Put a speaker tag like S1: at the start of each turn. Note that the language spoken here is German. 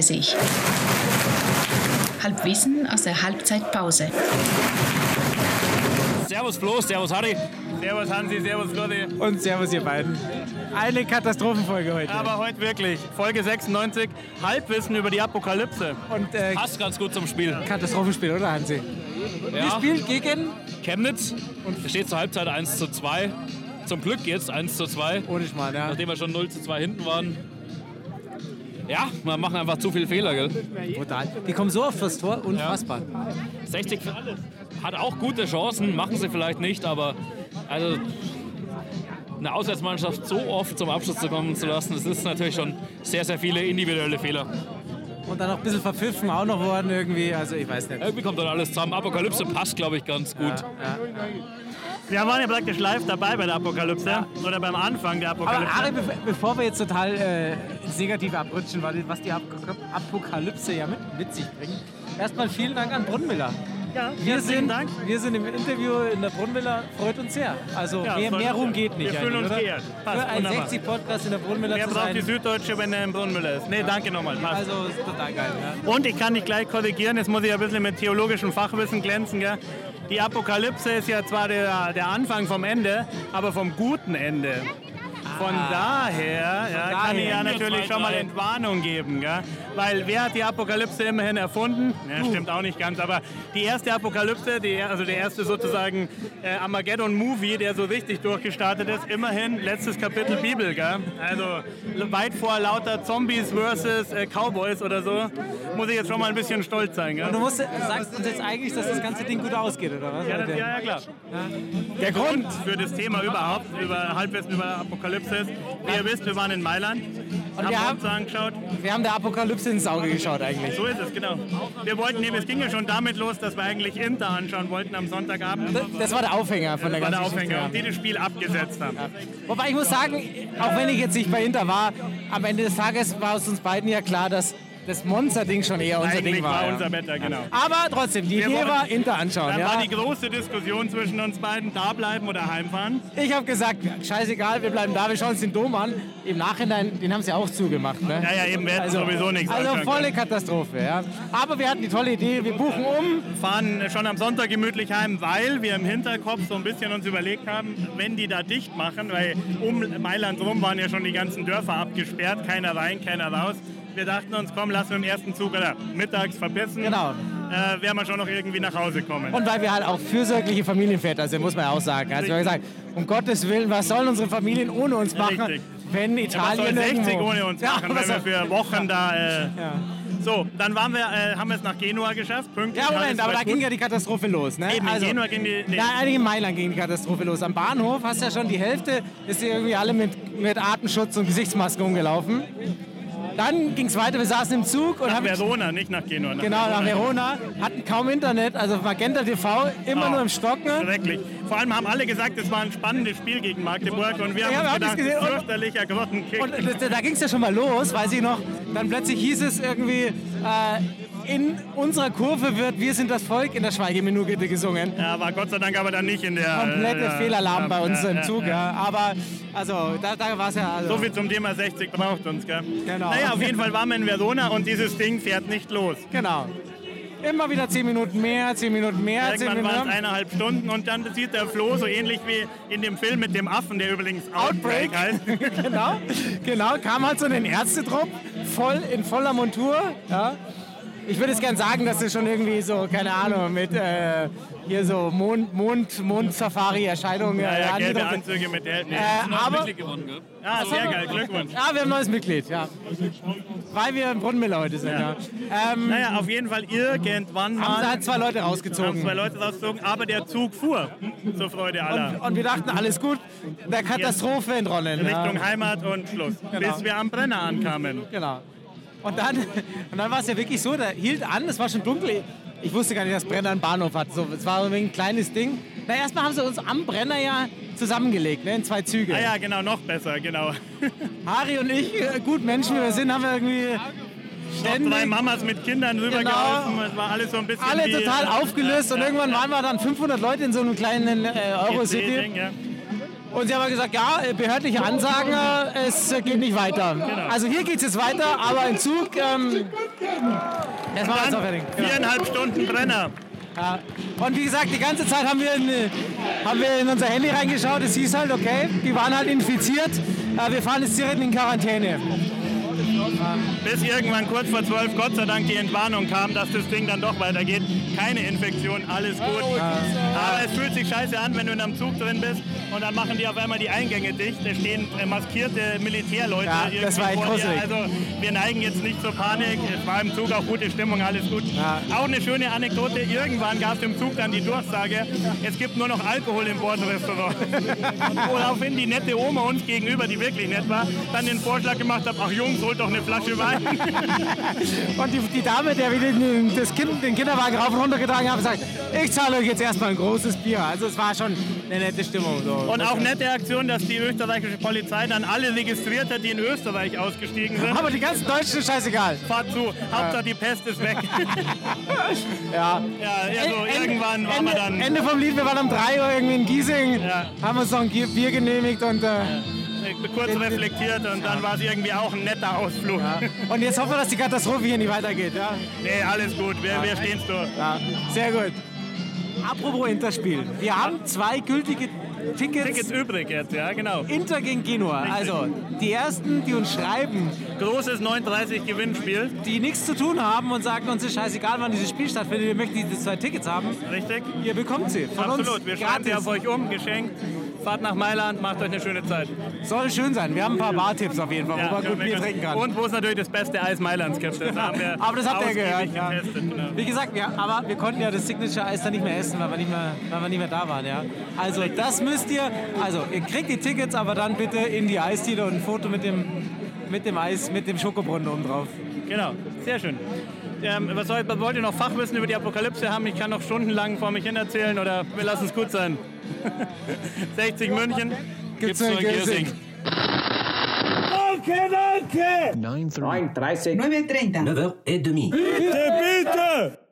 S1: sich. Halbwissen aus der Halbzeitpause.
S2: Servus Flo, Servus Harry.
S3: Servus Hansi, Servus Flotti.
S4: Und Servus, ihr beiden. Eine Katastrophenfolge heute.
S3: Aber heute wirklich, Folge 96, Halbwissen über die Apokalypse.
S4: Und äh,
S2: Passt ganz gut zum Spiel.
S4: Katastrophenspiel, oder Hansi? Wir
S2: Ja.
S4: spielen gegen.
S2: Chemnitz da steht zur Halbzeit 1 zu 2. Zum Glück jetzt 1 zu 2,
S4: Ohne Schmarrn, ja.
S2: nachdem wir schon 0 zu 2 hinten waren. Ja, wir machen einfach zu viele Fehler, gell?
S4: Brutal. Die kommen so oft vors Tor, unfassbar.
S2: 60 hat auch gute Chancen, machen sie vielleicht nicht, aber also eine Auswärtsmannschaft so oft zum Abschluss zu kommen zu lassen, das ist natürlich schon sehr, sehr viele individuelle Fehler.
S4: Und dann noch ein bisschen verpfiffen auch noch worden irgendwie. Also, ich weiß nicht.
S2: Irgendwie kommt dann alles zusammen. Apokalypse passt, glaube ich, ganz gut.
S3: Wir waren ja praktisch live dabei bei der Apokalypse oder beim Anfang der
S4: Aber Äh,
S3: Apokalypse.
S4: Ari, bev- bevor wir jetzt total äh, ins Negative abrutschen, weil- was die Ap Apokalypse ja mit, mit sich bringt, erstmal vielen Dank an Brunnmiller.
S3: ja,
S4: Wir sind,
S3: Dank.
S4: wir sind im Interview in der Brunnmiller, freut uns sehr. Also
S3: Ja,
S4: mehr,
S3: freut
S4: mehr
S3: uns
S4: Ruhm
S3: sehr.
S4: geht nicht.
S3: Wir fühlen
S4: eigentlich,
S3: uns
S4: oder?
S3: geehrt. Passt,
S4: Für einen
S3: wunderbar.
S4: 60-Podcast in der Brunnmiller
S3: Wer
S4: zu
S3: braucht die
S4: sein,
S3: Süddeutsche, wenn er im Brunnmüller ist? Nee, danke nochmal. Passt.
S4: also ist total geil. Ja.
S3: Und ich kann dich gleich korrigieren, jetzt muss ich ein bisschen mit theologischem Fachwissen glänzen. Gell? Die Apokalypse ist ja zwar der, der Anfang vom Ende, aber vom guten Ende. Von Ah. daher ja, kann ich ja
S4: daher.
S3: natürlich schon mal Entwarnung geben. Gell? Weil wer hat die Apokalypse immerhin erfunden? Ja, stimmt auch nicht ganz, aber die erste Apokalypse, die, also der erste sozusagen äh, Armageddon-Movie, der so richtig durchgestartet ist, immerhin letztes Kapitel Bibel. Gell? Also weit vor lauter Zombies versus äh, Cowboys oder so, muss ich jetzt schon mal ein bisschen stolz sein. Gell?
S4: Du musst, sagst uns jetzt eigentlich, dass das ganze Ding gut ausgeht, oder was?
S3: Ja, das, ja, ja, klar. Der Grund für das Thema überhaupt, über Halbwissen über Apokalypse ist, wie ihr wisst, wir waren in Mailand, haben
S4: wir haben-
S3: uns angeschaut.
S4: Wir haben der Apokalypse ins Auge geschaut eigentlich.
S3: So ist es, genau. Wir wollten eben, es ging ja schon damit los, dass wir eigentlich Inter anschauen wollten am Sonntagabend.
S4: Das, das war der Aufhänger von der
S3: Das war der
S4: ganzen
S3: Aufhänger, und
S4: Geschichte.
S3: die das Spiel abgesetzt haben.
S4: ja. Wobei ich muss sagen, auch wenn ich jetzt nicht bei Inter war, am Ende des Tages war es uns beiden ja klar, dass das Monster-Ding schon eher unser
S3: Eigentlich
S4: Ding war.
S3: war
S4: ja.
S3: unser Wetter, genau.
S4: Aber trotzdem, die
S3: Wir
S4: Idee
S3: wollten-
S4: war Inter anschauen.
S3: Dann war
S4: Ja.
S3: die große Diskussion zwischen uns beiden, da bleiben oder heimfahren.
S4: Ich habe gesagt, scheißegal, wir bleiben da, wir schauen uns den Dom an. Im Nachhinein, den haben sie auch zugemacht. Ne?
S3: Ja, ja, eben, wir hätten sowieso nichts
S4: Also
S3: anschauen
S4: volle Katastrophe. Ja. Aber wir hatten die tolle Idee, wir buchen um.
S3: fahren schon am Sonntag gemütlich heim, weil wir im Hinterkopf so ein bisschen uns überlegt haben, wenn die da dicht machen, weil um Mailand rum waren ja schon die ganzen Dörfer abgesperrt, keiner rein, keiner raus. Wir dachten uns, komm, lass wir im ersten Zug oder mittags verbissen.
S4: Genau.
S3: Äh, werden wir schon noch irgendwie nach Hause kommen.
S4: Und weil wir halt auch fürsorgliche Familienväter sind, muss man ja auch sagen. Also wir haben gesagt, um Gottes Willen, was sollen unsere Familien ohne uns machen,
S3: Richtig.
S4: wenn
S3: Ja, was soll
S4: Italien
S3: 60
S4: irgendwo-
S3: ohne uns
S4: Ja,
S3: machen,
S4: was
S3: wenn wir
S4: soll-
S3: für Wochen da... Äh,
S4: Ja.
S3: So, dann waren wir, äh, haben wir es nach Genua geschafft. Pünktlich
S4: Ja,
S3: alles
S4: Moment, aber
S3: war
S4: da
S3: gut.
S4: ging ja die Katastrophe los. Ne?
S3: Eben, in Genua ging die- nee.
S4: Nein, eigentlich in Mailand ging die Katastrophe los. Am Bahnhof hast du ja schon die Hälfte, ist hier irgendwie alle mit, mit Atemschutz und Gesichtsmasken umgelaufen. Dann ging es weiter, wir saßen im Zug und
S3: Nach
S4: haben
S3: Verona, nicht nach Genua. nach
S4: genau nach
S3: Verona.
S4: Verona, hatten kaum Internet, also Magenta TV, immer
S3: Oh.
S4: nur im ne? Stocken.
S3: Schrecklich. Vor allem haben alle gesagt, es war ein spannendes Spiel gegen Magdeburg und wir haben
S4: Ja, wir
S3: uns
S4: haben
S3: gedacht,
S4: das gesehen. Und-
S3: fürchterlicher Grottenkick.
S4: Und äh, das- da ging es ja schon mal los, weiß ich noch. Dann plötzlich hieß es irgendwie, äh, in unserer Kurve wird Wir sind das Volk in der Schweigeminute gesungen.
S3: Ja, war Gott sei Dank aber dann nicht in der...
S4: Komplette
S3: äh,
S4: Fehlalarm
S3: äh,
S4: bei uns
S3: äh,
S4: im
S3: äh,
S4: Zug,
S3: äh.
S4: ja. Aber also, da, da war es ja. Also,
S3: So viel zum Thema 60 braucht uns, gell?
S4: Genau.
S3: Naja, auf jeden Fall waren wir in Verona und dieses Ding fährt nicht los.
S4: Genau. Immer wieder 10 Minuten mehr, 10 Minuten mehr, 10
S3: Irgendwann
S4: Minuten
S3: waren es
S4: mehr.
S3: eineinhalb Stunden und dann sieht der Flo so ähnlich wie in dem Film mit dem Affen, der übrigens Outbreak,
S4: Outbreak.
S3: heißt.
S4: genau, genau, kam halt so ein Ärztetrupp, voll in voller Montur. Ja. Ich würde es gern sagen, dass es schon irgendwie so, keine Ahnung, mit äh, hier so Mond, Mond, Mond-Safari-Erscheinungen
S3: Ja, ja,
S4: äh,
S3: gelbe
S4: angedeutet.
S3: Anzüge mit Helden.
S4: äh, aber,
S2: Wirklich gewonnen, gell?
S3: Ah, sehr geil, Glückwunsch.
S4: ja, wir haben ein neues Mitglied, ja. Weil wir in Brunnenmiller heute sind, ja. Ähm,
S3: Naja, auf jeden Fall irgendwann
S4: haben sie
S3: mal
S4: halt zwei Leute
S3: haben
S4: rausgezogen.
S3: zwei Leute rausgezogen, aber der Zug fuhr, zur Freude aller.
S4: Und, und wir dachten, alles gut. Der Katastrophe in Ronnen. Ja.
S3: Also Richtung Heimat und Schluss.
S4: Genau.
S3: Bis wir am Brenner ankamen.
S4: Genau. Und dann, und dann war es ja wirklich so, da hielt an, es war schon dunkel. Ich wusste gar nicht, dass Brenner einen Bahnhof hat. So, es war irgendwie ein kleines Ding. Na, erstmal haben sie uns am Brenner ja zusammengelegt, ne, in zwei Züge.
S3: Ah ja, genau, noch besser, genau.
S4: Harry und ich, äh, gut Menschen, wie wir sind, haben wir irgendwie
S3: Noch drei
S4: ständig
S3: Mamas mit Kindern rübergeholfen. Es war alles so ein bisschen
S4: Genau. alle
S3: wie,
S4: total
S3: äh,
S4: aufgelöst. Und irgendwann waren wir dann 500 Leute in so einem kleinen äh,
S3: äh,
S4: Eurocity.
S3: Ding, ja.
S4: Und sie haben gesagt, ja, äh, behördliche Ansagen, äh, es äh, geht nicht weiter.
S3: Genau.
S4: Also hier geht es jetzt weiter, aber im Zug, ähm, das machen wir jetzt auch fertig. Genau.
S3: Viereinhalb Stunden Brenner.
S4: Ja. Und wie gesagt, die ganze Zeit haben wir in, äh, haben wir in unser Handy reingeschaut. Es hieß halt, okay, die waren halt infiziert. Äh, wir fahren jetzt direkt in Quarantäne.
S3: Bis irgendwann kurz vor zwölf, Gott sei Dank, die Entwarnung kam, dass das Ding dann doch weitergeht. Keine Infektion, alles gut. Aber es fühlt sich scheiße an, wenn du in einem Zug drin bist und dann machen die auf einmal die Eingänge dicht. Da stehen äh, maskierte Militärleute.
S4: Ja,
S3: irgendwie
S4: das war echt
S3: vor dir.
S4: gruselig.
S3: Also wir neigen jetzt nicht zur Panik. Es war im Zug auch gute Stimmung, alles gut.
S4: Ja.
S3: Auch eine schöne Anekdote. Irgendwann gab es im Zug dann die Durchsage, es gibt nur noch Alkohol im Bordrestaurant. Woraufhin die nette Oma uns gegenüber, die wirklich nett war, dann den Vorschlag gemacht hat, ach Jungs, holt doch eine Flasche Wein.
S4: Und die, die Dame, der wir den, das kind, den Kinderwagen rauf und runter getragen haben, sagt, ich zahle euch jetzt erstmal ein großes Bier. Also es war schon eine nette Stimmung. So.
S3: Und auch nette Aktion, dass die österreichische Polizei dann alle registriert hat, die in Österreich ausgestiegen sind.
S4: Aber die ganzen Deutschen ist scheißegal.
S3: Fahrt zu, Hauptsache die Pest ist weg.
S4: Ja.
S3: ja, ja, so
S4: Ende-
S3: irgendwann waren
S4: Ende,
S3: wir dann.
S4: Ende vom Lied, wir waren um 3 Uhr irgendwie in Giesing,
S3: Ja.
S4: haben uns noch ein Gi- Bier genehmigt und, äh,
S3: kurz reflektiert und dann war es irgendwie auch ein netter Ausflug.
S4: und jetzt hoffen wir, dass die Katastrophe hier nicht weitergeht. Ja?
S3: Nee, alles gut, wir, wir stehen's durch.
S4: Ja, sehr gut. Apropos Interspiel. Wir haben zwei gültige Tickets.
S3: Tickets übrig jetzt, ja genau.
S4: Inter gegen Genua. Also die ersten, die uns schreiben,
S3: Großes 39 Gewinnspiel,
S4: die nichts zu tun haben und sagen, uns ist scheißegal, wann dieses Spiel stattfindet, wir möchten diese zwei Tickets haben,
S3: richtig?
S4: ihr bekommt sie von
S3: Absolut,
S4: uns
S3: wir schreiben sie
S4: gratis.
S3: auf euch um, geschenkt. Fahrt nach Mailand, macht euch eine schöne Zeit.
S4: Soll schön sein. Wir haben ein paar Bartipps auf jeden Fall,
S3: Ja,
S4: wo man
S3: können
S4: gut
S3: wir
S4: Bier
S3: ganz-
S4: trinken kann.
S3: Und wo es natürlich das beste Eis Mailands gibt. Das haben wir
S4: aber das habt ihr gehört.
S3: ausgiebig
S4: Ja.
S3: getestet, genau.
S4: Wie gesagt, wir, aber wir konnten ja das Signature-Eis dann nicht mehr essen, weil wir nicht mehr, weil wir nicht mehr da waren. Ja? Also das müsst ihr, also ihr kriegt die Tickets, aber dann bitte in die Eisdiele und ein Foto mit dem, mit dem Eis, mit dem Schokobrunnen oben drauf.
S3: Genau, sehr schön. Ähm, was, soll, was wollt ihr noch Fachwissen über die Apokalypse haben? Ich kann noch stundenlang vor mich hin erzählen oder wir lassen es gut sein. 60 München.
S4: Gibt's,
S2: nur in Giersing.
S5: 9.30.
S6: 9.30.
S7: 9h30.
S5: 9h et demie.
S3: Bitte, bitte!